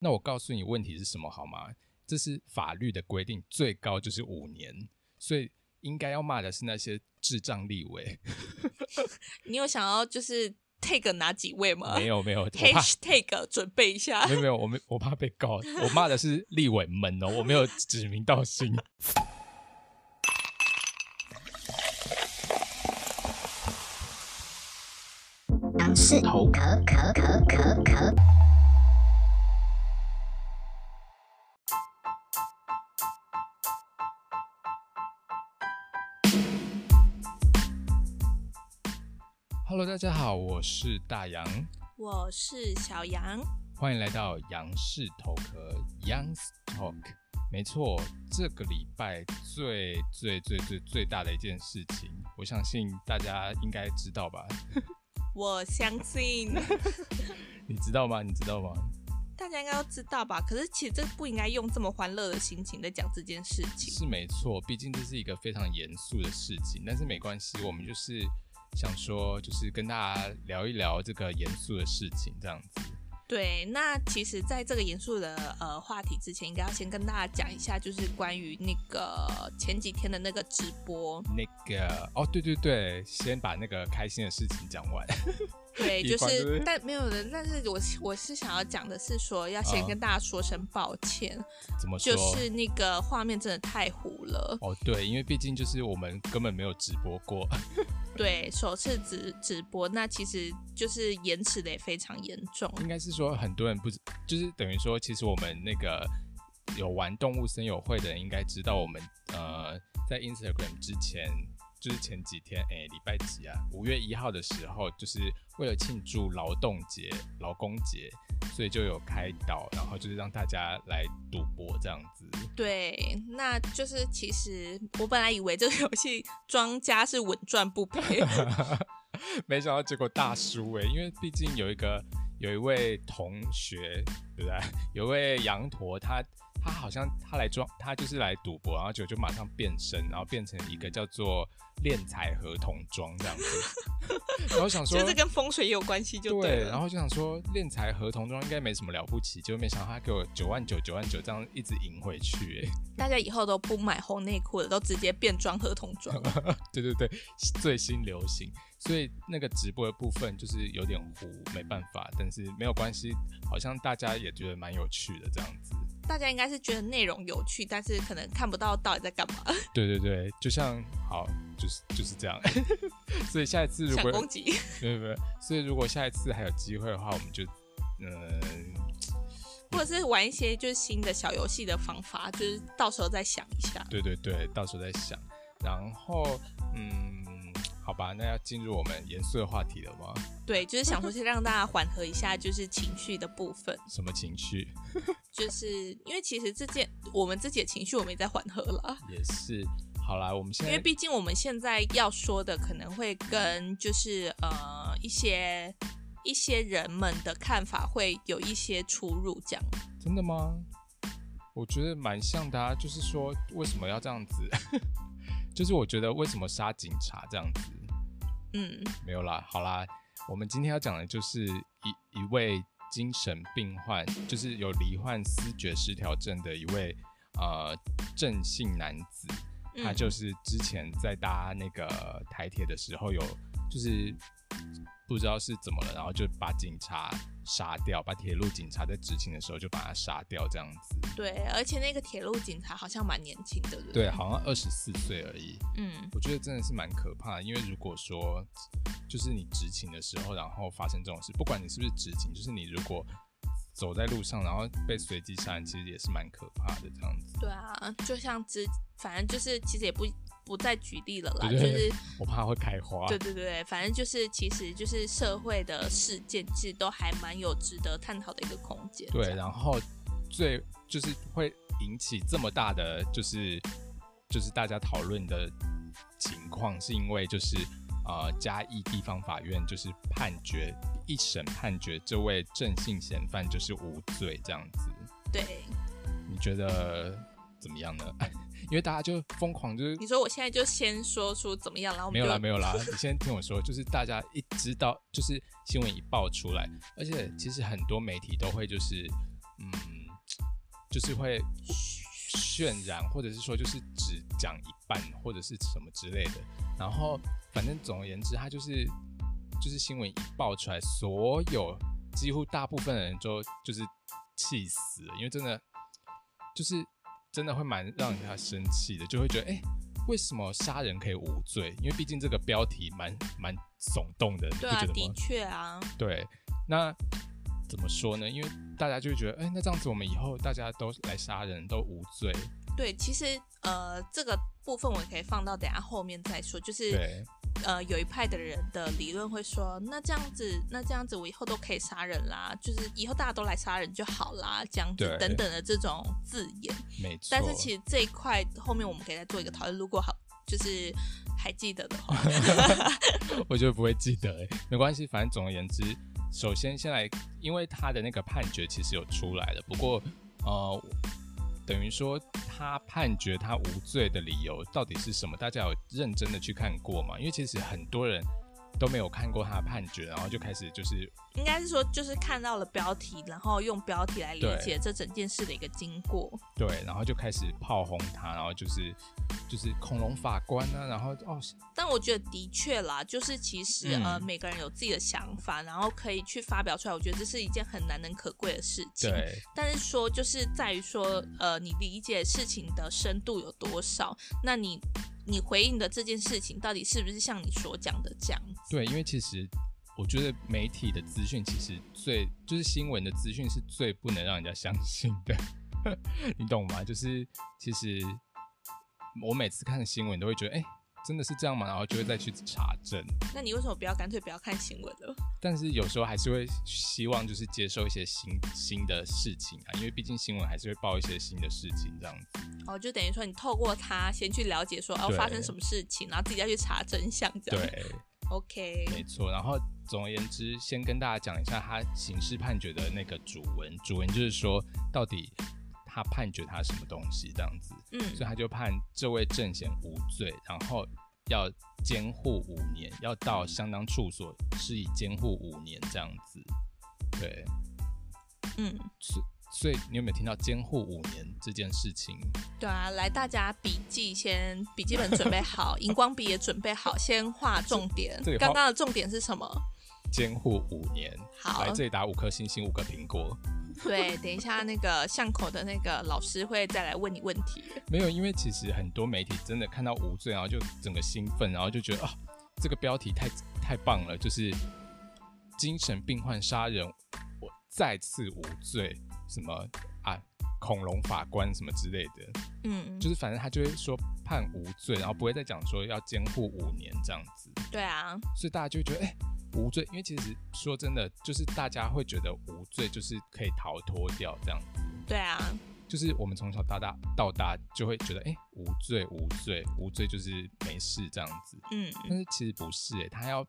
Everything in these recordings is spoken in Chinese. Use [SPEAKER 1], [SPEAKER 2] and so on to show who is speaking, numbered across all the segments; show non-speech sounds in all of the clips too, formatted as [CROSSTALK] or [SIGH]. [SPEAKER 1] 那我告诉你问题是什么好吗？这是法律的规定，最高就是五年，所以应该要骂的是那些智障立委。 [LAUGHS]
[SPEAKER 2] 你有想要就是 take 哪几位吗？
[SPEAKER 1] 没有没有，我怕
[SPEAKER 2] ，hashtag 准备一下
[SPEAKER 1] 没。有没有，我没我怕被告，我骂的是立委们哦，我没有指名道姓。
[SPEAKER 3] 是头壳壳壳壳壳。
[SPEAKER 1] Hello，大家好，我是大杨，
[SPEAKER 2] 我是小杨，
[SPEAKER 1] 欢迎来到杨氏头壳 Young's Talk。没错，这个礼拜最最最最最大的一件事情，我相信大家应该知道吧？
[SPEAKER 2] 我相
[SPEAKER 1] [LAUGHS]
[SPEAKER 2] 信
[SPEAKER 1] 你知道吗？你知道吗？
[SPEAKER 2] 大家应该都知道吧？可是其实这不应该用这么欢乐的心情在讲这件事情。
[SPEAKER 1] 是没错，毕竟这是一个非常严肃的事情，但是没关系，我们就是想说，就是跟大家聊一聊这个严肃的事情，这样子。
[SPEAKER 2] 对，那其实，在这个严肃的呃话题之前，应该要先跟大家讲一下，就是关于那个前几天的那个直播，
[SPEAKER 1] 那个哦，对对对，先把那个开心的事情讲完。 [LAUGHS]
[SPEAKER 2] 对，
[SPEAKER 1] 以
[SPEAKER 2] 就
[SPEAKER 1] 防就是是，
[SPEAKER 2] 但没有人，但是我我是想要讲的是说，要先
[SPEAKER 1] 啊
[SPEAKER 2] 跟大家说声抱歉，
[SPEAKER 1] 怎么说？
[SPEAKER 2] 就是那个画面真的太糊了，
[SPEAKER 1] 哦，对，因为毕竟就是我们根本没有直播过，
[SPEAKER 2] 对，首次直直播，那其实就是延迟的也非常严重，
[SPEAKER 1] 应该是说很多人不知，就是等于说，其实我们那个有玩动物森友会的人应该知道，我们呃在 Instagram 之前，就是前几天，哎、礼拜几啊？五月一号的时候，就是为了庆祝劳动节、劳工节，所以就有开导，然后就是让大家来赌博这样子。
[SPEAKER 2] 对，那就是其实我本来以为这个游戏庄家是稳赚不
[SPEAKER 1] [LAUGHS]
[SPEAKER 2] 赔，
[SPEAKER 1] 没想到结果大输哎、因为毕竟有一个有一位同学，对不对？ [LAUGHS] 有一位羊驼，他他好像他来装，他就是来赌博，然后结果就马上变身，然后变成一个叫做炼财合同装这样
[SPEAKER 2] [LAUGHS]
[SPEAKER 1] 子。然后想说
[SPEAKER 2] 就，是跟风水也有关系，就
[SPEAKER 1] 对，
[SPEAKER 2] 了。
[SPEAKER 1] 然后就想说炼财合同装应该没什么了不起，结果没想到他给我九万九九万九这样一直赢回去哎、
[SPEAKER 2] 大家以后都不买红内裤了，都直接变装合同
[SPEAKER 1] [LAUGHS]
[SPEAKER 2] 装。
[SPEAKER 1] 对对对，最新流行，所以那个直播的部分就是有点糊，没办法，但是没有关系，好像大家也觉得蛮有趣的这样子。
[SPEAKER 2] 大家应该是觉得内容有趣，但是可能看不到到底在干嘛，
[SPEAKER 1] 对对对，就像好，就是就是这样。 [LAUGHS] 所以下一次如
[SPEAKER 2] 想
[SPEAKER 1] 果
[SPEAKER 2] 攻击。
[SPEAKER 1] 没有没有，所以如果下一次还有机会的话，我们就嗯、
[SPEAKER 2] 或者是玩一些就是新的小游戏的方法，就是到时候再想一下。
[SPEAKER 1] 对对对，到时候再想。然后嗯，好吧，那要进入我们严肃的话题了吗？
[SPEAKER 2] 对，就是想说先让大家缓和一下，就是情绪的部分，
[SPEAKER 1] 什么情绪？
[SPEAKER 2] 就是因为其实这件我们自己的情绪我们也在缓和了，
[SPEAKER 1] 也是。好啦，我们现
[SPEAKER 2] 因
[SPEAKER 1] 在
[SPEAKER 2] 为毕竟我们现在要说的可能会跟就是呃一些一些人们的看法会有一些出入，这样。
[SPEAKER 1] 真的吗？我觉得蛮像的、啊，就是说为什么要这样子？ [LAUGHS] 就是我觉得为什么杀警察这样子？
[SPEAKER 2] 嗯，
[SPEAKER 1] 没有啦，好啦，我们今天要讲的就是一一位精神病患，就是有罹患思觉失调症的一位呃郑姓男子，
[SPEAKER 2] 嗯
[SPEAKER 1] 他就是之前在搭那个台铁的时候有，就是不知道是怎么了，然后就把警察杀掉，把铁路警察在执勤的时候就把他杀掉，这样子。
[SPEAKER 2] 对，而且那个铁路警察好像蛮年轻的，对不对？
[SPEAKER 1] 对，好像二十四岁而已。
[SPEAKER 2] 嗯，
[SPEAKER 1] 我觉得真的是蛮可怕的，因为如果说就是你执勤的时候，然后发生这种事，不管你是不是执勤，就是你如果走在路上，然后被随机杀人，其实也是蛮可怕的这样子。
[SPEAKER 2] 对啊，就像之反正就是其实也不不再举例了啦，
[SPEAKER 1] 对对
[SPEAKER 2] 就是
[SPEAKER 1] 我怕会开花。
[SPEAKER 2] 对对对，反正就是，其实就是社会的事件，其实都还蛮有值得探讨的一个空间。这
[SPEAKER 1] 对，
[SPEAKER 2] 样
[SPEAKER 1] 然后最就是会引起这么大的就是就是大家讨论的情况，是因为就是呃嘉义地方法院就是判决一审判决这位郑姓嫌犯就是无罪这样子。
[SPEAKER 2] 对，
[SPEAKER 1] 你觉得怎么样呢？ [LAUGHS] 因为大家就疯狂就是
[SPEAKER 2] 你说我现在就先说出怎么样，然后我
[SPEAKER 1] 没有
[SPEAKER 2] 们就
[SPEAKER 1] 啦，没有啦，你先听我说， [LAUGHS] 就是大家一知道，就是新闻一爆出来，而且其实很多媒体都会就是，嗯，就是会渲染，或者是说就是只讲一半，或者是什么之类的。然后反正总而言之，它就是就是新闻一爆出来，所有几乎大部分的人都就是气死了，因为真的就是真的会蛮让人家生气的，就会觉得哎。诶为什么杀人可以无罪？因为毕竟这个标题蛮蛮耸动的，
[SPEAKER 2] 对
[SPEAKER 1] 你
[SPEAKER 2] 啊
[SPEAKER 1] 不觉，得
[SPEAKER 2] 的
[SPEAKER 1] 吗？
[SPEAKER 2] 确啊，
[SPEAKER 1] 对，那怎么说呢？因为大家就会觉得，哎、那这样子我们以后大家都来杀人都无罪，
[SPEAKER 2] 对，其实呃，这个部分我可以放到等一下后面再说。就是
[SPEAKER 1] 对
[SPEAKER 2] 呃，有一派的人的理论会说，那这样子，那这样子，我以后都可以杀人啦，就是以后大家都来杀人就好啦，这样子
[SPEAKER 1] 对
[SPEAKER 2] 等等的这种字眼。
[SPEAKER 1] 没错。
[SPEAKER 2] 但是其实这一块后面我们可以再做一个讨论，如果好就是还记得的
[SPEAKER 1] [LAUGHS]
[SPEAKER 2] 话，
[SPEAKER 1] 我觉得不会记得、欸，没关系，反正总而言之，首先先来，因为他的那个判决其实有出来了，不过呃，等于说他判决他无罪的理由到底是什么？大家有认真的去看过吗？因为其实很多人都没有看过他的判决，然后就开始就是
[SPEAKER 2] 应该是说就是看到了标题，然后用标题来理解这整件事的一个经过。
[SPEAKER 1] 对，然后就开始炮轰他，然后就是就是恐龙法官啊，然后哦，
[SPEAKER 2] 但我觉得的确啦，就是其实、
[SPEAKER 1] 嗯
[SPEAKER 2] 呃，每个人有自己的想法，然后可以去发表出来，我觉得这是一件很难能可贵的事情。
[SPEAKER 1] 对
[SPEAKER 2] 但是说就是在于说，呃，你理解事情的深度有多少？那你你回应的这件事情到底是不是像你所讲的这样子？
[SPEAKER 1] 对，因为其实我觉得媒体的资讯其实最就是新闻的资讯是最不能让人家相信的， [LAUGHS] 你懂吗？就是其实我每次看新闻都会觉得，哎，真的是这样吗？然后就会再去查证，
[SPEAKER 2] 那你为什么不要干脆不要看新闻了？
[SPEAKER 1] 但是有时候还是会希望就是接受一些新新的事情啊，因为毕竟新闻还是会报一些新的事情这样子。
[SPEAKER 2] 哦，就等于说你透过他先去了解说哦
[SPEAKER 1] 对
[SPEAKER 2] 发生什么事情，然后自己再去查真相这样。
[SPEAKER 1] 对。
[SPEAKER 2] ，OK，
[SPEAKER 1] 没错，然后总而言之，先跟大家讲一下他刑事判决的那个主文，主文就是说到底他判决他什么东西这样子，
[SPEAKER 2] 嗯
[SPEAKER 1] 所以他就判这位郑贤无罪，然后要监护五年，要到相当处所是以监护五年这样子，对，
[SPEAKER 2] 嗯，
[SPEAKER 1] 所以你有没有听到监护五年这件事情？
[SPEAKER 2] 对啊，来大家笔记先笔记本准
[SPEAKER 1] [LAUGHS]
[SPEAKER 2] 备好，荧光笔也准备好，先画重点
[SPEAKER 1] 这这。个画
[SPEAKER 2] 刚刚的重点是什么？
[SPEAKER 1] 监护五年，
[SPEAKER 2] 好
[SPEAKER 1] 来这里打五颗星星，五个苹果。
[SPEAKER 2] 对，等一下那个巷口的那个老师会再来问你问题。
[SPEAKER 1] 没有，因为其实很多媒体真的看到无罪，然啊后就整个兴奋，然后就觉得啊，这个标题太太棒了，就是精神病患杀人，我再次无罪，什么啊，恐龙法官什么之类的，
[SPEAKER 2] 嗯，
[SPEAKER 1] 就是反正他就会说判无罪，然后不会再讲说要监护五年这样子，
[SPEAKER 2] 对啊，
[SPEAKER 1] 所以大家就会觉得哎、无罪，因为其实说真的，就是大家会觉得无罪就是可以逃脱掉这样子。
[SPEAKER 2] 对啊，
[SPEAKER 1] 就是我们从小到大到大就会觉得，哎、无罪无罪无罪就是没事这样子，
[SPEAKER 2] 嗯。
[SPEAKER 1] 但是其实不是、哎，他要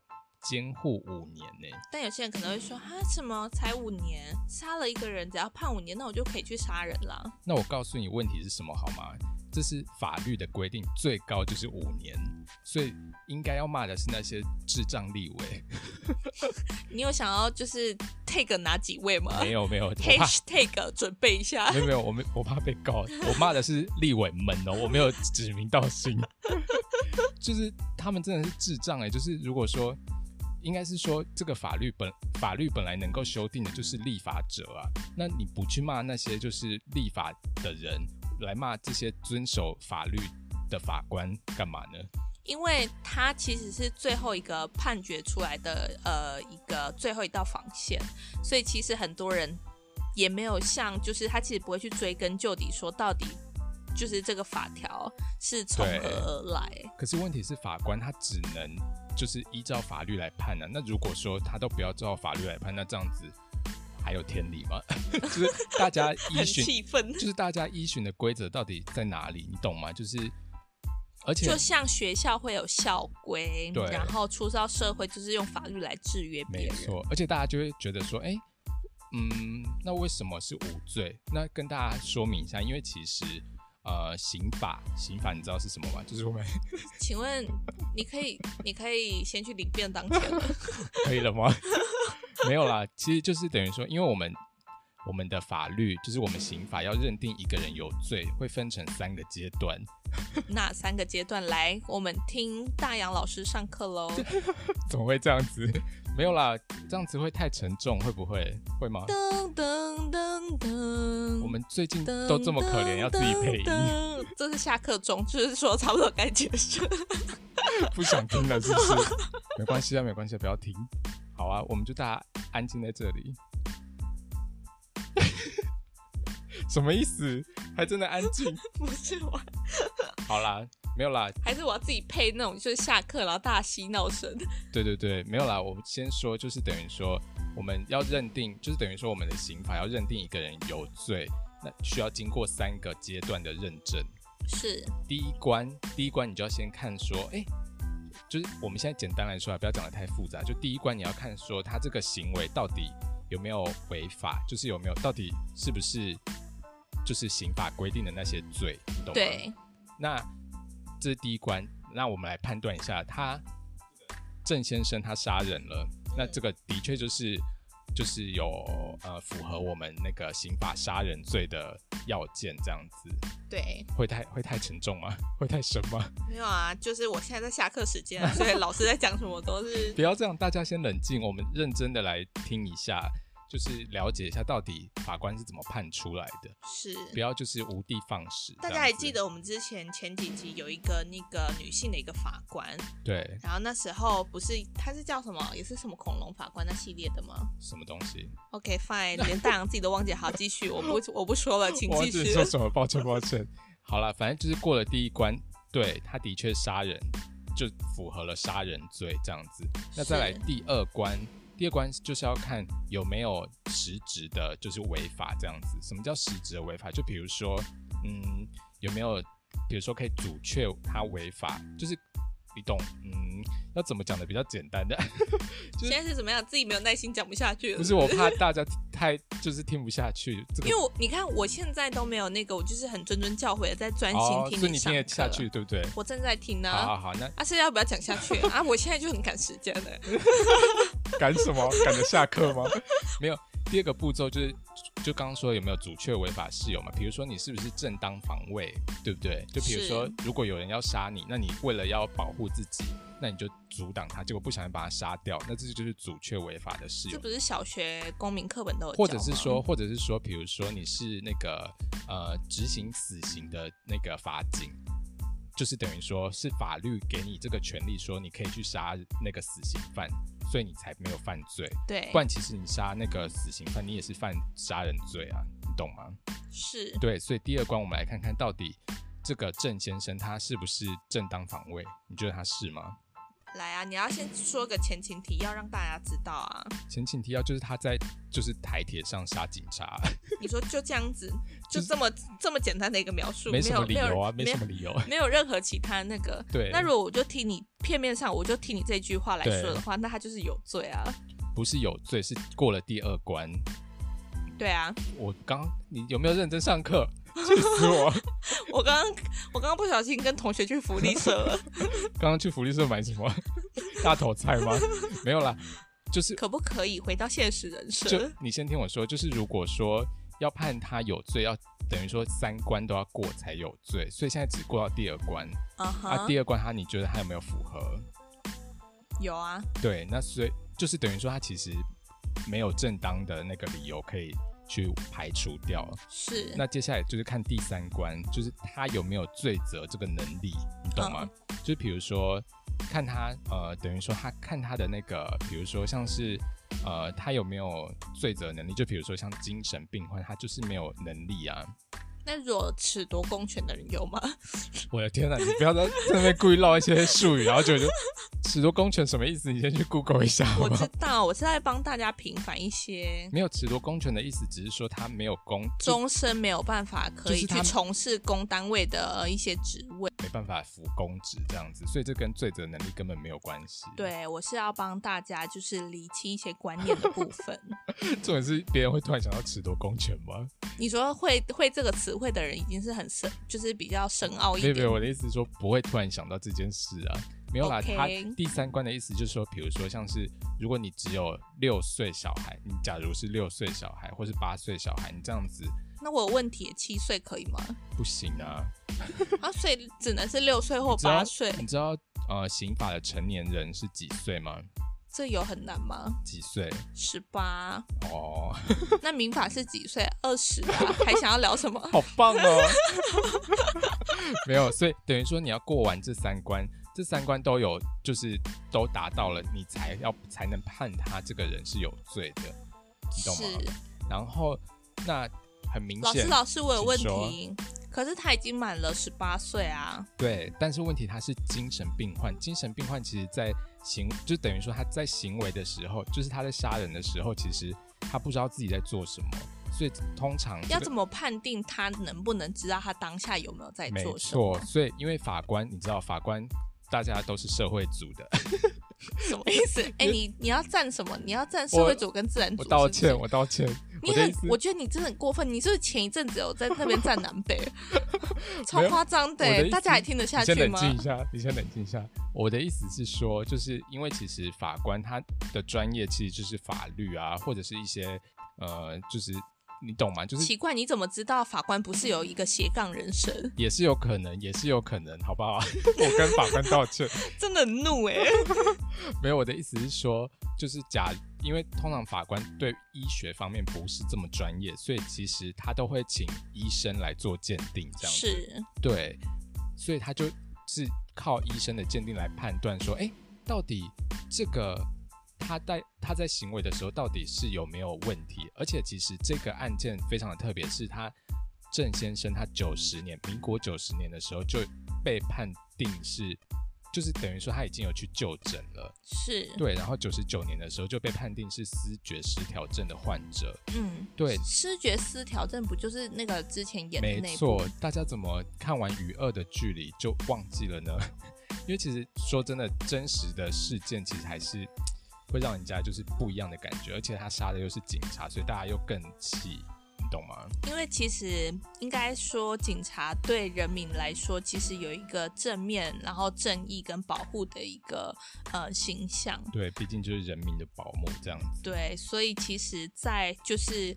[SPEAKER 1] 监护五年呢、
[SPEAKER 2] 但有些人可能会说，啊，什么才五年，杀了一个人只要判五年，那我就可以去杀人啦。
[SPEAKER 1] 那我告诉你问题是什么好吗？这是法律的规定，最高就是五年，所以应该要骂的是那些智障立委。
[SPEAKER 2] 你有想要就是 take 哪几位吗？
[SPEAKER 1] [LAUGHS] 没有没有，我怕
[SPEAKER 2] hashtag 准备一下
[SPEAKER 1] 没。有没有，我没我怕被告，我骂的是立委们哦，我没有指名道姓，就是他们真的是智障哎、就是如果说。应该是说，这个法律本法律本来能够修订的就是立法者啊，那你不去骂那些就是立法的人，来骂这些遵守法律的法官干嘛呢？
[SPEAKER 2] 因为它其实是最后一个判决出来的呃一个最后一道防线，所以其实很多人也没有像就是他其实不会去追根究底说到底就是这个法条是从何而来。
[SPEAKER 1] 可是问题是，法官他只能就是依照法律来判呢、啊那如果说他都不要照法律来判，那这样子还有天理
[SPEAKER 2] [LAUGHS]
[SPEAKER 1] 吗？就是大家依
[SPEAKER 2] 很
[SPEAKER 1] 循，
[SPEAKER 2] 气愤，
[SPEAKER 1] 就是大家依循的规则到底在哪里？你懂吗？就是而且
[SPEAKER 2] 就像学校会有校规
[SPEAKER 1] 对，
[SPEAKER 2] 然后出到社会就是用法律来制约别
[SPEAKER 1] 没
[SPEAKER 2] 人。
[SPEAKER 1] 错，而且大家就会觉得说，哎、嗯，那为什么是无罪？那跟大家说明一下，因为其实呃，刑法刑法你知道是什么吗？就是我们
[SPEAKER 2] 请问你可以，你可以先去领
[SPEAKER 1] [LAUGHS]
[SPEAKER 2] 便当钱吗？
[SPEAKER 1] 可以了吗？没有啦，其实就是等于说，因为我们我们的法律，就是我们刑法要认定一个人有罪，会分成三个阶段。
[SPEAKER 2] 哪三个阶段？来，我们听大杨老师上课喽。
[SPEAKER 1] 怎么会这样子？ [LAUGHS] 没有啦，这样子会太沉重，会不会？会吗？
[SPEAKER 2] 噔噔噔噔，
[SPEAKER 1] 我们最近都这么可怜，要自己配音，
[SPEAKER 2] 音。这是下课钟，就是说差不多该结束。
[SPEAKER 1] 不想听了是不是？没关系啊，没关系啊，不要听。好啊，我们就大家安静在这里。 [LAUGHS] 什么意思？还真的安静？
[SPEAKER 2] 不是我，
[SPEAKER 1] 好啦，没有啦，
[SPEAKER 2] 还是我要自己配那种，就是下课然后大家嬉闹声。
[SPEAKER 1] 对对对，没有啦。我先说，就是等于说，我们要认定，就是等于说，我们的刑法要认定一个人有罪，那需要经过三个阶段的认证。
[SPEAKER 2] 是，
[SPEAKER 1] 第一关，第一关你就要先看说，哎、就是我们现在简单来说啊，不要讲的太复杂。就第一关你要看说他这个行为到底有没有违法，就是有没有到底是不是就是刑法规定的那些罪，你懂吗？
[SPEAKER 2] 对，
[SPEAKER 1] 那这是第一关，那我们来判断一下，他郑先生他杀人了，那这个的确就是就是有呃符合我们那个刑法杀人罪的要件，这样子
[SPEAKER 2] 对，
[SPEAKER 1] 会太会太沉重吗？ [LAUGHS] 会太深吗？
[SPEAKER 2] 没有啊，就是我现在在下课时间啊，所以老师在讲什么都是
[SPEAKER 1] 不要这样，大家先冷静，我们认真的来听一下，就是了解一下到底法官是怎么判出来的，
[SPEAKER 2] 是。
[SPEAKER 1] 不要就是无的放矢。
[SPEAKER 2] 大
[SPEAKER 1] 这
[SPEAKER 2] 家
[SPEAKER 1] 样
[SPEAKER 2] 还
[SPEAKER 1] 子
[SPEAKER 2] 记？得我们之前前几集有一个那个女性的一个法官，
[SPEAKER 1] 对，
[SPEAKER 2] 然后那时候不是她是叫什么，也是什么恐龙法官那系列的吗
[SPEAKER 1] 什么东西？
[SPEAKER 2] ？OK fine，连大洋自己都忘记，好继续，我不我不说了，请
[SPEAKER 1] 我
[SPEAKER 2] 继
[SPEAKER 1] 忘记
[SPEAKER 2] 续。
[SPEAKER 1] 说什么，抱歉抱歉。 [LAUGHS] 好了，反正就是过了第一关，对他的确杀人，就符合了杀人罪这样子。那再来
[SPEAKER 2] 是
[SPEAKER 1] 第二关，第二关就是要看有没有实质的，就是违法这样子。什么叫实质的违法？就比如说，嗯，有没有，比如说可以阻却他违法，就是你懂，嗯，要怎么讲的比较简单的， [LAUGHS] 就是
[SPEAKER 2] 现在是怎么样？自己没有耐心讲不下去了。
[SPEAKER 1] 不是我怕大家太就是听不下去，这个
[SPEAKER 2] 因为我你看我现在都没有那个，我就是很谆谆教诲的在专
[SPEAKER 1] 哦，所
[SPEAKER 2] 心
[SPEAKER 1] 以
[SPEAKER 2] 听
[SPEAKER 1] 你
[SPEAKER 2] 上
[SPEAKER 1] 听
[SPEAKER 2] 课。
[SPEAKER 1] 得下去，对不对？
[SPEAKER 2] 我正在听呢、
[SPEAKER 1] 好好
[SPEAKER 2] 啊。
[SPEAKER 1] 好，那
[SPEAKER 2] 是要不要讲下去啊？啊我现在就很赶时间的、
[SPEAKER 1] [LAUGHS] 赶什么？赶着下课吗？ [LAUGHS] 没有。第二个步骤就是，就刚刚说有没有阻却违法事由嘛？比如说你是不是正当防卫，对不对？就比如说
[SPEAKER 2] 是
[SPEAKER 1] 如果有人要杀你，那你为了要保护自己，那你就阻挡他，结果不小心把他杀掉，那这就是阻却违法的事
[SPEAKER 2] 这
[SPEAKER 1] 由
[SPEAKER 2] 不。是小学公民课本都有教吗
[SPEAKER 1] 或者是说，或者是说，比如说你是那个呃执行死刑的那个法警，就是等于说是法律给你这个权利，说你可以去杀那个死刑犯，所以你才没有犯罪。
[SPEAKER 2] 对
[SPEAKER 1] 不，然其实你杀那个死刑犯，你也是犯杀人罪啊，你懂吗？
[SPEAKER 2] 是
[SPEAKER 1] 对，所以第二关我们来看看到底这个郑先生他是不是正当防卫？你觉得他是吗？
[SPEAKER 2] 来啊！你要先说个前情提要，让大家知道啊。
[SPEAKER 1] 前情提要就是他在就是台铁上杀警察，
[SPEAKER 2] 你说就这样
[SPEAKER 1] [LAUGHS]
[SPEAKER 2] 子，就这么这么简单的一个描述，
[SPEAKER 1] 没什么
[SPEAKER 2] 有
[SPEAKER 1] 理由啊，
[SPEAKER 2] 没
[SPEAKER 1] 没
[SPEAKER 2] 有
[SPEAKER 1] 什么理由。
[SPEAKER 2] 没有任何其他那个。
[SPEAKER 1] 对
[SPEAKER 2] 那如果我就听你片面上，我就听你这句话来
[SPEAKER 1] 对
[SPEAKER 2] 说的话，那他就是有罪啊。
[SPEAKER 1] 不是有罪，是过了第二关。
[SPEAKER 2] 对啊，
[SPEAKER 1] 我刚你有没有认真上
[SPEAKER 2] [LAUGHS]
[SPEAKER 1] 课？气死我！
[SPEAKER 2] 我刚刚我刚刚不小心跟同学去福利社
[SPEAKER 1] [LAUGHS]
[SPEAKER 2] 了，
[SPEAKER 1] 刚刚去福利社买什么大头菜吗？没有啦，就是
[SPEAKER 2] 可不可以回到现实人
[SPEAKER 1] 就
[SPEAKER 2] 生？
[SPEAKER 1] 你先听我说，就是如果说要判他有罪，要等于说三关都要过才有罪，所以现在只过到第二关。啊，
[SPEAKER 2] 啊哈，
[SPEAKER 1] 第二关他你觉得他有没有符合？
[SPEAKER 2] 有啊，
[SPEAKER 1] 对，那所以就是等于说他其实没有正当的那个理由可以去排除掉。
[SPEAKER 2] 是
[SPEAKER 1] 那接下来就是看第三关，就是他有没有罪责这个能力，你懂吗？
[SPEAKER 2] 嗯
[SPEAKER 1] 就是比如说，看他呃，等于说他看他的那个，比如说像是呃，他有没有罪责能力？就比如说像精神病患，他就是没有能力啊。 [LAUGHS]
[SPEAKER 2] 那如果褫夺公权的人有吗？
[SPEAKER 1] 我的天呐，你不要在在那边故意唠一些术语，然后就就尺夺公权什么意思？你先去 Google 一下好
[SPEAKER 2] 我
[SPEAKER 1] 不
[SPEAKER 2] 知
[SPEAKER 1] 好？
[SPEAKER 2] 道，我是在帮大家平反一些
[SPEAKER 1] 没有尺夺公权的意思，只是说他没有公，就
[SPEAKER 2] 终身没有办法可
[SPEAKER 1] 就
[SPEAKER 2] 以
[SPEAKER 1] 是他
[SPEAKER 2] 去
[SPEAKER 1] 们
[SPEAKER 2] 从事公单位的一些职位。
[SPEAKER 1] 没办法服公职这样子，所以这跟罪责能力根本没有关系。，
[SPEAKER 2] 对，我是要帮大家就是理清一些观念的部分。
[SPEAKER 1] 重点是别人会突然想到尺夺公权吗？
[SPEAKER 2] 你说会会这个词汇的人已经是很深，就是比较深奥一
[SPEAKER 1] 没有
[SPEAKER 2] 点。
[SPEAKER 1] 没有，我的意思是说不会突然想到这件事啊。没有啦
[SPEAKER 2] OK
[SPEAKER 1] 他第三关的意思就是说，比如说像是如果你只有六岁小孩，你假如是六岁小孩或是八岁小孩，你这样子
[SPEAKER 2] 那我有问题，七岁可以吗？
[SPEAKER 1] 不行啊。
[SPEAKER 2] 啊，所以只能是六岁或
[SPEAKER 1] 你知道
[SPEAKER 2] 哦八岁，
[SPEAKER 1] 你知道呃刑法的成年人是几岁吗？
[SPEAKER 2] 这有很难吗？
[SPEAKER 1] 几岁？
[SPEAKER 2] 十八，
[SPEAKER 1] 哦，
[SPEAKER 2] 那民法是几岁？二十啊，还想要聊什
[SPEAKER 1] [LAUGHS]
[SPEAKER 2] 么？
[SPEAKER 1] 好棒哦！没有，所以等于说你要过完这三关，这三关都有，就是都达到了，你才要才能判他这个人是有罪的，你懂
[SPEAKER 2] 是
[SPEAKER 1] 吗？然后那很明
[SPEAKER 2] 老师，
[SPEAKER 1] 显，
[SPEAKER 2] 老师，我有问
[SPEAKER 1] 请说
[SPEAKER 2] 题。可是他已经满了十八岁啊，
[SPEAKER 1] 对，但是问题他是精神病患，精神病患其实在行，就等于说他在行为的时候，就是他在杀人的时候，其实他不知道自己在做什么，所以通常这
[SPEAKER 2] 要
[SPEAKER 1] 个
[SPEAKER 2] 怎么判定他能不能知道他当下有没有在
[SPEAKER 1] 没
[SPEAKER 2] 做什么
[SPEAKER 1] 错，？所以因为法官，你知道法官大家都是社会组
[SPEAKER 2] [LAUGHS]
[SPEAKER 1] 的，
[SPEAKER 2] 什么意
[SPEAKER 1] [LAUGHS]
[SPEAKER 2] 思？哎、你你要站什么？你要站社
[SPEAKER 1] 我
[SPEAKER 2] 会主跟自然
[SPEAKER 1] 我
[SPEAKER 2] 组是不是？
[SPEAKER 1] 道歉，我道歉，
[SPEAKER 2] 你
[SPEAKER 1] 我的
[SPEAKER 2] 很
[SPEAKER 1] 意思，，
[SPEAKER 2] 我觉得你真的很过分。你是不是前一阵子有在那边站南
[SPEAKER 1] [LAUGHS]
[SPEAKER 2] 北，超夸张的
[SPEAKER 1] 我的
[SPEAKER 2] 欸，
[SPEAKER 1] 意思
[SPEAKER 2] 大家还听得下
[SPEAKER 1] 你先
[SPEAKER 2] 去
[SPEAKER 1] 冷
[SPEAKER 2] 吗？
[SPEAKER 1] 静一下，你先冷静一下。我的意思是说，就是因为其实法官他的专业其实就是法律啊，或者是一些呃，就是你懂吗？就是
[SPEAKER 2] 奇怪，你怎么知道法官不是有一个斜杠人生？
[SPEAKER 1] 也是有可能，也是有可能，好不好？ [LAUGHS] 我跟法官道歉。
[SPEAKER 2] 真的很怒哎、
[SPEAKER 1] 没有，我的意思是说，就是假，因为通常法官对医学方面不是这么专业，所以其实他都会请医生来做鉴定，这样子
[SPEAKER 2] 是
[SPEAKER 1] 对，所以他就是靠医生的鉴定来判断说，哎，到底这个他在他在行为的时候到底是有没有问题？而且其实这个案件非常的特别，是他郑先生他九十年，民国九十年的时候就被判定是，就是等于说他已经有去就诊了，
[SPEAKER 2] [LAUGHS] 是，
[SPEAKER 1] 对，然后九十九年的时候就被判定是思觉失调症的患者，
[SPEAKER 2] 嗯，
[SPEAKER 1] 对，
[SPEAKER 2] 失觉失调症不就是那个之前演的
[SPEAKER 1] 没
[SPEAKER 2] 那部
[SPEAKER 1] 错，大家怎么看完《与恶的距离》就忘记了呢？ [LAUGHS] 因为其实说真的，真实的事件其实还是会让人家就是不一样的感觉，而且他杀的又是警察，所以大家又更气，你懂吗？
[SPEAKER 2] 因为其实应该说，警察对人民来说，其实有一个正面，然后正义跟保护的一个呃形象。
[SPEAKER 1] 对，毕竟就是人民的保姆这样子。
[SPEAKER 2] 对，所以其实，在就是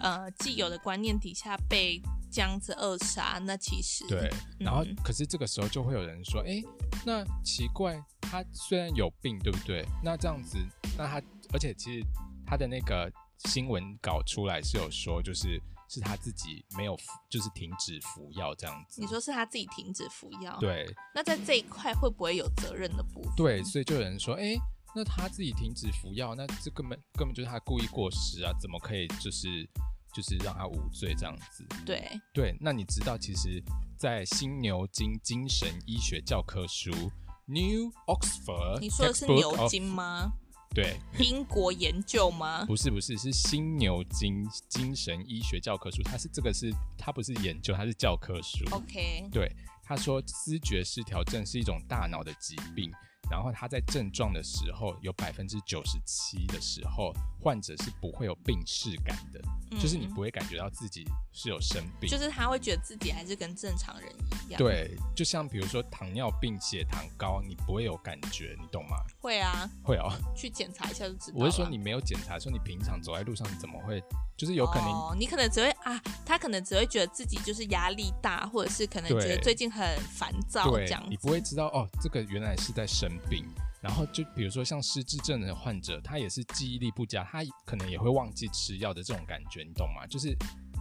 [SPEAKER 2] 呃既有的观念底下被这样子扼杀，那其实
[SPEAKER 1] 对，然后
[SPEAKER 2] 嗯
[SPEAKER 1] 可是这个时候就会有人说，哎、那奇怪，他虽然有病，对不对？那这样子，那他而且其实他的那个新闻稿出来是有说，就是是他自己没有服，就是停止服药这样子。
[SPEAKER 2] 你说哦是他自己停止服药，，
[SPEAKER 1] 对
[SPEAKER 2] 那在这一块会不会有责任的部分？
[SPEAKER 1] 对，所以就有人说，哎、那他自己停止服药，那这根本根本就是他故意过失啊，怎么可以就是就是让他无罪这样子？
[SPEAKER 2] 对，
[SPEAKER 1] 对，那你知道其实，在新牛津精神医学教科书 New Oxford，
[SPEAKER 2] 你说的是
[SPEAKER 1] 呃 Textbook 哦
[SPEAKER 2] 牛
[SPEAKER 1] of-
[SPEAKER 2] 津吗？
[SPEAKER 1] 对，
[SPEAKER 2] 英国研究吗？
[SPEAKER 1] 不是不是，是新牛津精神医学教科书，它是这个是它不是研究，它是教科书。
[SPEAKER 2] 哦 OK，
[SPEAKER 1] 对，他说思觉失调症是一种大脑的疾病，然后他在症状的时候有百分之九十七的时候，患者是不会有病视感的，就是你
[SPEAKER 2] 嗯
[SPEAKER 1] 不会感觉到自己是有生病。
[SPEAKER 2] 就是他会觉得自己还是跟正常人一样。，
[SPEAKER 1] 对，就像比如说糖尿病、血糖高，你不会有感觉，你懂吗？
[SPEAKER 2] 会啊，
[SPEAKER 1] 会哦，
[SPEAKER 2] 去检查一下就知道了。
[SPEAKER 1] 我是说你没有检查，说你平常走在路上你怎么会，就是有可能
[SPEAKER 2] 哦，你可能只会啊，他可能只会觉得自己就是压力大，或者是可能觉得
[SPEAKER 1] 对
[SPEAKER 2] 最近很烦躁这
[SPEAKER 1] 对
[SPEAKER 2] 样
[SPEAKER 1] 你
[SPEAKER 2] 子。
[SPEAKER 1] 不会知道哦，这个原来是在生病。然后就比如说像失智症的患者，他也是记忆力不佳，他可能也会忘记吃药的这种感觉，你懂吗？就是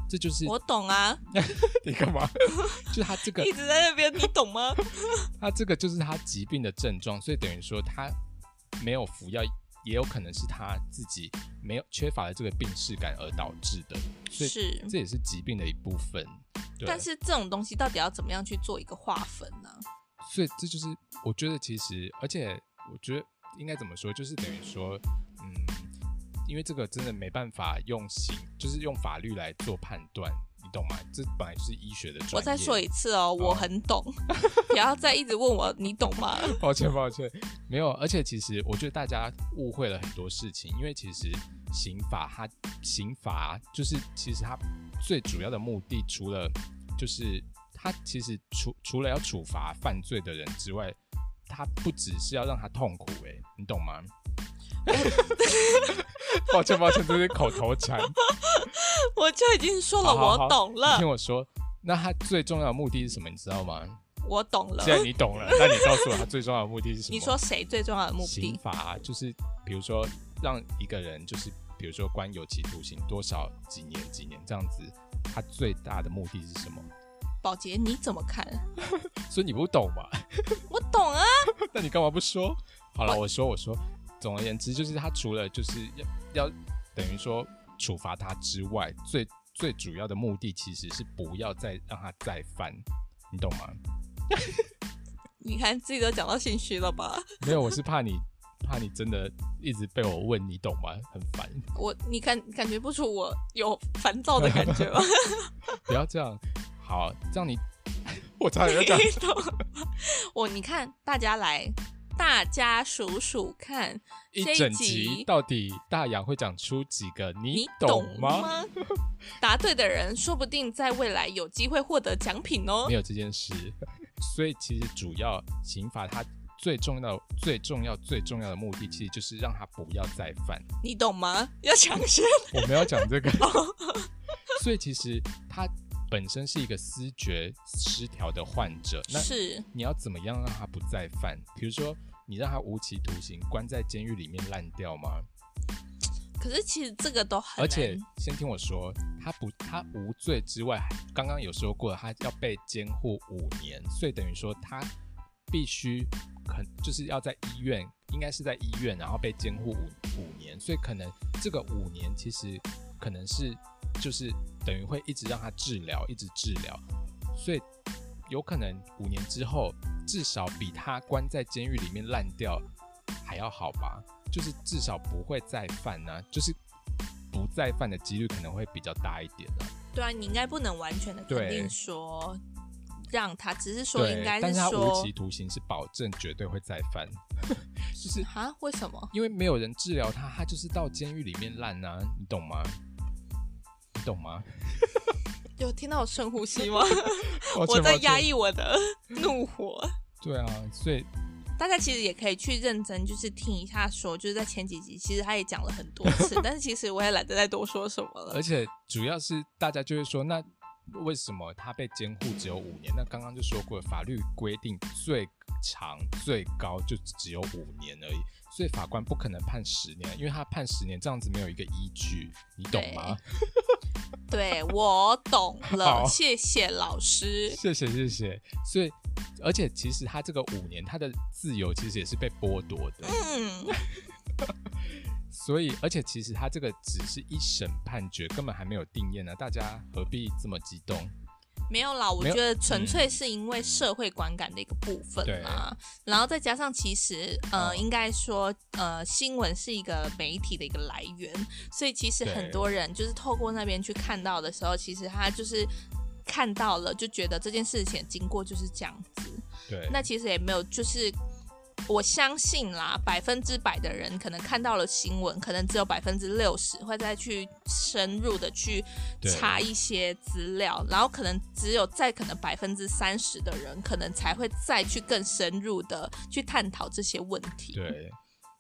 [SPEAKER 1] 这就是
[SPEAKER 2] 我懂啊，
[SPEAKER 1] [LAUGHS] 你干嘛？就是他
[SPEAKER 2] [LAUGHS]
[SPEAKER 1] 这个 [LAUGHS]
[SPEAKER 2] 一直在那边，你懂吗？
[SPEAKER 1] 他这个就是他疾病的症状，所以等于说他没有服药，也有可能是他自己没有缺乏了这个病视感而导致的，所以
[SPEAKER 2] 是
[SPEAKER 1] 这也是疾病的一部分。对
[SPEAKER 2] 但是这种东西到底要怎么样去做一个划分呢、
[SPEAKER 1] 所以这就是我觉得其实，而且我觉得应该怎么说，就是等于说，嗯，因为这个真的没办法用刑，就是用法律来做判断，你懂吗？这本来就是医学的专业。
[SPEAKER 2] 我再说一次哦，我
[SPEAKER 1] [LAUGHS]
[SPEAKER 2] 很懂，不要再一直问我你懂吗？
[SPEAKER 1] 抱歉，抱歉，没有。而且其实我觉得大家误会了很多事情，因为其实刑法它刑法就是其实它最主要的目的，除了就是它其实除除了要处罚犯罪的人之外，他不只是要让他痛苦、欸，哎，你懂吗？ [LAUGHS] 抱歉，抱歉，这是口头禅。
[SPEAKER 2] 我就已经说了，
[SPEAKER 1] 好好好
[SPEAKER 2] 我懂
[SPEAKER 1] 你
[SPEAKER 2] 了，
[SPEAKER 1] 听我说，那他最重要的目的是什么？你知道吗？
[SPEAKER 2] 我懂了
[SPEAKER 1] 既。然你懂了，那你告诉我他最重要的目的是什么？
[SPEAKER 2] 你说谁最重要的目
[SPEAKER 1] 刑
[SPEAKER 2] 的？
[SPEAKER 1] 法啊、就是比如说让一个人就是比如说关有期徒刑多少几年几年这样子，他最大的目的是什么？
[SPEAKER 2] 保洁你怎么看？
[SPEAKER 1] 所以你不懂嘛？ [LAUGHS]
[SPEAKER 2] 我懂啊，
[SPEAKER 1] 那你干嘛不说？好了，我说我说，总而言之就是他除了就是要要等于说处罚他之外，最最主要的目的其实是不要再让他再犯，你懂吗？
[SPEAKER 2] 你看自己都讲到心虚了吧？
[SPEAKER 1] 没有，我是怕你怕你真的一直被我问，你懂吗？很烦，
[SPEAKER 2] 我你感感觉不出我有烦躁的感觉吗？
[SPEAKER 1] 不要这样。好，这样你我差点要
[SPEAKER 2] [LAUGHS]
[SPEAKER 1] 讲
[SPEAKER 2] 你懂吗？我你看大家来，大家数数看，
[SPEAKER 1] 一
[SPEAKER 2] 这一
[SPEAKER 1] 整
[SPEAKER 2] 集
[SPEAKER 1] 集到底大洋会讲出几个？
[SPEAKER 2] 你
[SPEAKER 1] 你
[SPEAKER 2] 懂
[SPEAKER 1] 吗？？
[SPEAKER 2] 答对的人说不定在未来有机会获得奖品哦
[SPEAKER 1] 没。有这件事，所以其实主要刑法它最重要、最重要、最重要的目的，其实就是让他不要再犯。
[SPEAKER 2] 你懂吗？要抢先，
[SPEAKER 1] 我没有讲这个，
[SPEAKER 2] [LAUGHS]
[SPEAKER 1] 所以其实他本身是一个思觉失调的患者，那
[SPEAKER 2] 是
[SPEAKER 1] 你要怎么样让他不再犯？比如说，你让他无期徒刑，关在监狱里面烂掉吗？
[SPEAKER 2] 可是其实这个都很难，
[SPEAKER 1] 而且先听我说，他不，他无罪之外，刚刚有说过，他要被监护五年，所以等于说他必须肯，就是要在医院，应该是在医院，然后被监护五五年，所以可能这个五年其实可能是就是等于会一直让他治疗，一直治疗，所以有可能五年之后，至少比他关在监狱里面烂掉还要好吧？就是至少不会再犯呢、就是不再犯的几率可能会比较大一点啊。
[SPEAKER 2] 对啊，你应该不能完全的肯
[SPEAKER 1] 对
[SPEAKER 2] 定说让他，只是说应
[SPEAKER 1] 对，
[SPEAKER 2] 该
[SPEAKER 1] 但是他无
[SPEAKER 2] 说
[SPEAKER 1] 期徒刑是保证绝对会再犯， [LAUGHS] 就是
[SPEAKER 2] 啊，为什么？
[SPEAKER 1] 因为没有人治疗他，他就是到监狱里面烂啊，你懂吗？你懂吗？
[SPEAKER 2] 有听到我深呼吸吗？
[SPEAKER 1] 抱歉
[SPEAKER 2] 我在
[SPEAKER 1] 抱歉
[SPEAKER 2] 压抑我的 [LAUGHS] 怒火。
[SPEAKER 1] 对啊，所以
[SPEAKER 2] 大家其实也可以去认真，就是听一下说，就是在前几集，其实他也讲了很多
[SPEAKER 1] [LAUGHS]
[SPEAKER 2] 次，但是其实我也懒得再多说什么了
[SPEAKER 1] 而。且主要是大家就会说，那为什么他被监护只有五年？那刚刚就说过，法律规定最长最高就只有五年而已，所以法官不可能判十年，因为他判十年这样子没有一个依据，你懂吗？
[SPEAKER 2] 对，我懂了，
[SPEAKER 1] 好
[SPEAKER 2] 谢谢老师。
[SPEAKER 1] 谢谢谢谢。所以，而且其实他这个五年，他的自由其实也是被剥夺的。
[SPEAKER 2] 嗯，
[SPEAKER 1] 所以，而且其实他这个只是一审判决，根本还没有定验呢，大家何必这么激动？
[SPEAKER 2] 没有啦，我
[SPEAKER 1] 没
[SPEAKER 2] 觉
[SPEAKER 1] 有嗯
[SPEAKER 2] 得纯粹是因为社会观感的一个部分啦，然后再加上其实呃，
[SPEAKER 1] 哦
[SPEAKER 2] 应该说呃，新闻是一个媒体的一个来源，所以其实
[SPEAKER 1] 对
[SPEAKER 2] 很多人就是透过那边去看到的时候，其实他就是看到了，就觉得这件事情的经过就是这样子。
[SPEAKER 1] 对，
[SPEAKER 2] 那其实也没有，就是我相信啦，百分之百的人可能看到了新闻，可能只有百分之六十会再去深入的去
[SPEAKER 1] 对
[SPEAKER 2] 查一些资料，然后可能只有再可能百分之三十的人，可能才会再去更深入的去探讨这些问题。
[SPEAKER 1] 对。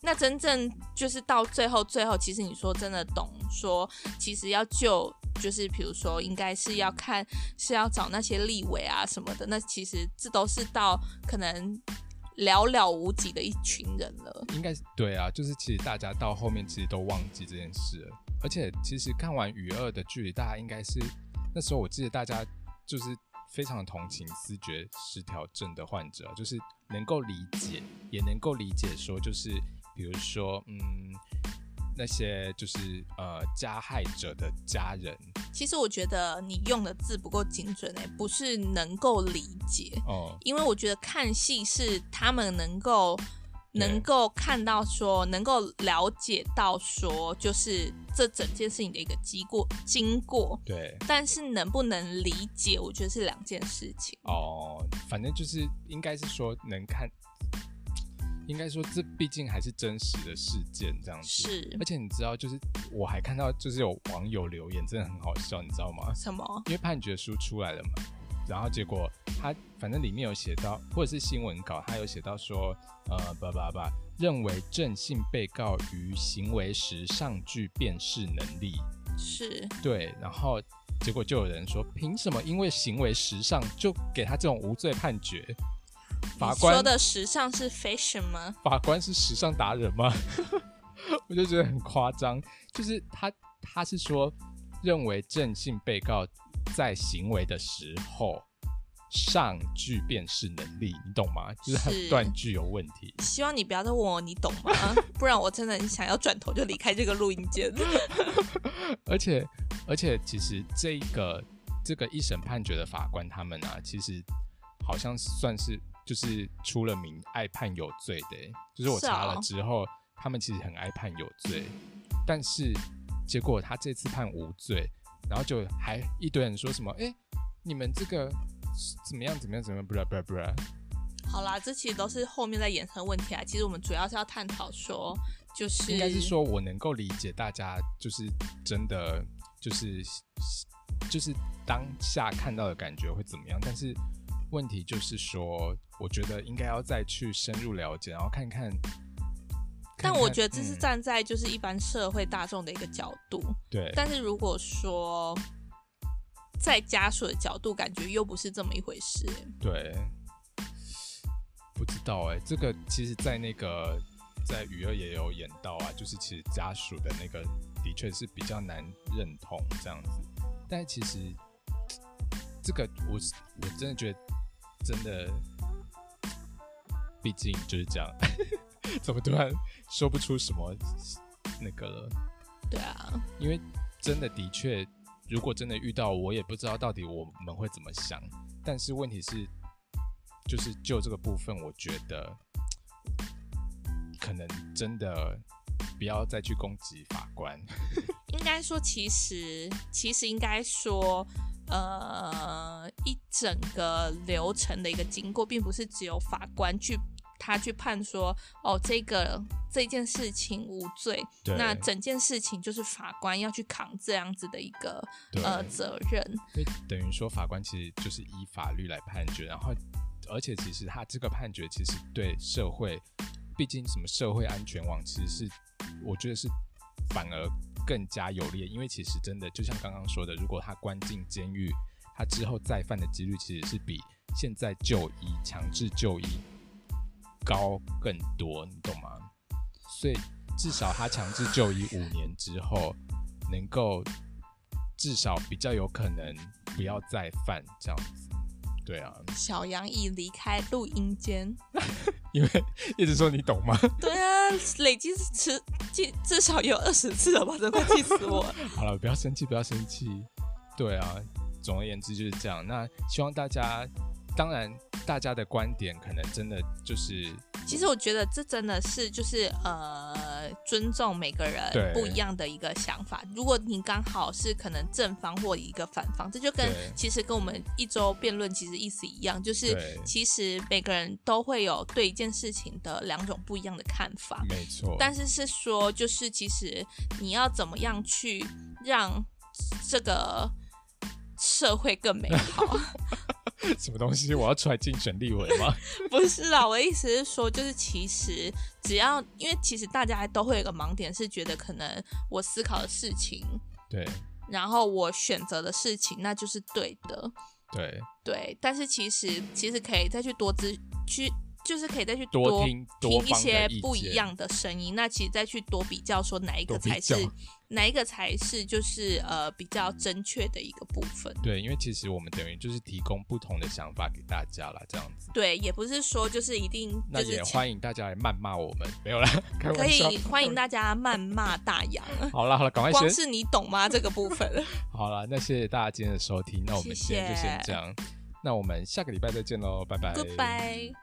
[SPEAKER 2] 那真正就是到最后，最后其实你说真的懂说，其实要救，就是比如说应该是要看是要找那些立委啊什么的，那其实这都是到可能寥寥无几的一群人了。
[SPEAKER 1] 应该是对啊，就是其实大家到后面其实都忘记这件事了，而且其实看完《与恶的距离》，大家应该是那时候我记得大家就是非常同情思觉失调症的患者，啊就是能够理解，也能够理解说就是比如说嗯那些就是呃加害者的家人
[SPEAKER 2] 其实我觉得你用的字不够精准哎、不是能够理解，
[SPEAKER 1] 哦，
[SPEAKER 2] 因为我觉得看戏是他们能够
[SPEAKER 1] 对
[SPEAKER 2] 能够看到说，能够了解到说，就是这整件事情的一个经过经过。
[SPEAKER 1] 对
[SPEAKER 2] 但是能不能理解，我觉得是两件事情。
[SPEAKER 1] 哦，反正就是应该是说能看。应该说，这毕竟还是真实的事件，这样子。
[SPEAKER 2] 是
[SPEAKER 1] 而且你知道，就是我还看到，就是有网友留言，真的很好笑，你知道吗？
[SPEAKER 2] 什么？
[SPEAKER 1] 因为判决书出来了嘛，然后结果他反正里面有写到，或者是新闻稿，他有写到说，呃，叭叭叭，认为正信被告于行为时尚具辨识能力，
[SPEAKER 2] 是
[SPEAKER 1] 对，然后结果就有人说，凭什么因为行为时尚就给他这种无罪判决？法
[SPEAKER 2] 你说
[SPEAKER 1] 官
[SPEAKER 2] 的时尚是 fashion 吗？
[SPEAKER 1] 法官是时尚达人吗？ [LAUGHS] 我就觉得很夸张，就是他他是说认为正信被告在行为的时候上具辨识能力，你懂吗？就是他
[SPEAKER 2] 是
[SPEAKER 1] 断句有问题。
[SPEAKER 2] 希望你不要再问我你懂
[SPEAKER 1] [LAUGHS]
[SPEAKER 2] 吗？不然我真的很想要转头就离开这个录音间。
[SPEAKER 1] 而且而且，其实这个这个一审判决的法官他们啊，其实好像算是就是出了名爱判有罪的欸、就是我
[SPEAKER 2] 是啊
[SPEAKER 1] 查了之后，他们其实很爱判有罪，但是结果他这次判无罪，然后就还一堆人说什么，哎、你们这个怎么样怎么样怎么样，不啦不啦不啦，
[SPEAKER 2] 好啦，这其实都是后面在衍生问题啊。其实我们主要是要探讨说，就是
[SPEAKER 1] 应该是说我能够理解大家就是真的就是就是当下看到的感觉会怎么样，但是问题就是说，我觉得应该要再去深入了解，然后看嗯看。
[SPEAKER 2] 但我觉得这是
[SPEAKER 1] 在、
[SPEAKER 2] 站在就是一般社会大众的一个角度，
[SPEAKER 1] 对，
[SPEAKER 2] 但是如果说在家属的角度，感觉又不是这么一回事欸、
[SPEAKER 1] 对，不知道哎、这个其实，在那个在娱乐也有演到啊，就是其实家属的那个的确是比较难认同这样子，但其实这个我是我真的觉得真的，毕竟就是这样， [LAUGHS] 怎么突然说不出什么那个了？
[SPEAKER 2] 对啊，
[SPEAKER 1] 因为真的的确，如果真的遇到，我也不知道到底我们会怎么想。但是问题是，就是就这个部分，我觉得可能真的不要再去攻击法官。
[SPEAKER 2] 应该说，其实其实应该说，呃，一整个流程的一个经过，并不是只有法官去他去判说，哦，这个这件事情无罪，
[SPEAKER 1] 对
[SPEAKER 2] 那整件事情就是法官要去扛这样子的一个
[SPEAKER 1] 对
[SPEAKER 2] 呃责任，
[SPEAKER 1] 因为等于说法官其实就是依法律来判决，然后而且其实他这个判决其实对社会，毕竟什么社会安全网其实是我觉得是反而更加有利，因为其实真的就像刚刚说的，如果他关进监狱，他之后再犯的几率其实是比现在就医强制就医高更多，你懂吗？所以至少他强制就医五年之后，能够至少比较有可能不要再犯这样子。对啊，
[SPEAKER 2] 小杨已离开录音间。
[SPEAKER 1] 因为一直说你懂吗？ [LAUGHS]
[SPEAKER 2] 对啊，累积至至至少有二十次了吧，真的快气死我了。
[SPEAKER 1] 好了，不要生气，不要生气。对啊，总而言之就是这样。那希望大家，当然大家的观点可能真的就是
[SPEAKER 2] 其实我觉得这真的是就是呃，尊重每个
[SPEAKER 1] 对
[SPEAKER 2] 人不一样的一个想法。如果你刚好是可能正方或一个反方，这就跟
[SPEAKER 1] 对
[SPEAKER 2] 其实跟我们一周辩论其实意思一样，就是
[SPEAKER 1] 对
[SPEAKER 2] 其实每个人都会有对一件事情的两种不一样的看法。
[SPEAKER 1] 没错，
[SPEAKER 2] 但是是说，就是其实你要怎么样去让这个社会更美好？
[SPEAKER 1] [LAUGHS] 什么东西我要出来竞选立委吗？ [LAUGHS]
[SPEAKER 2] [LAUGHS] 不是啦，我的意思是说，就是其实只要，因为其实大家都会有一个盲点，是觉得可能我思考的事情，
[SPEAKER 1] 对
[SPEAKER 2] 然后我选择的事情，那就是对的，
[SPEAKER 1] 对，
[SPEAKER 2] 对。但是其实其实可以再去多咨去。就是可以再去
[SPEAKER 1] 多
[SPEAKER 2] 多
[SPEAKER 1] 听多方
[SPEAKER 2] 一
[SPEAKER 1] 的
[SPEAKER 2] 些
[SPEAKER 1] 意
[SPEAKER 2] 不一
[SPEAKER 1] 见
[SPEAKER 2] 样的声音，那其实再去多比较，说哪一个
[SPEAKER 1] 多比
[SPEAKER 2] 才是
[SPEAKER 1] 较
[SPEAKER 2] 哪一个才是就是呃比较正确的一个部分。
[SPEAKER 1] 对，因为其实我们等于就是提供不同的想法给大家啦，这样子。
[SPEAKER 2] 对，也不是说就是一定
[SPEAKER 1] 那
[SPEAKER 2] 就
[SPEAKER 1] 也
[SPEAKER 2] 是
[SPEAKER 1] 欢迎大家来谩骂我们，没有
[SPEAKER 2] [LAUGHS]
[SPEAKER 1] 啦，开
[SPEAKER 2] 可
[SPEAKER 1] 玩笑。
[SPEAKER 2] 以欢迎大家谩骂大洋。
[SPEAKER 1] 好了好了，赶快
[SPEAKER 2] 光
[SPEAKER 1] 先
[SPEAKER 2] 是你懂吗？这个部分，
[SPEAKER 1] 好了。那谢谢大家今天的收听，那我们
[SPEAKER 2] 谢
[SPEAKER 1] 今天就先
[SPEAKER 2] 谢
[SPEAKER 1] 这样，那我们下个礼拜再见喽，拜拜，
[SPEAKER 2] ，Goodbye。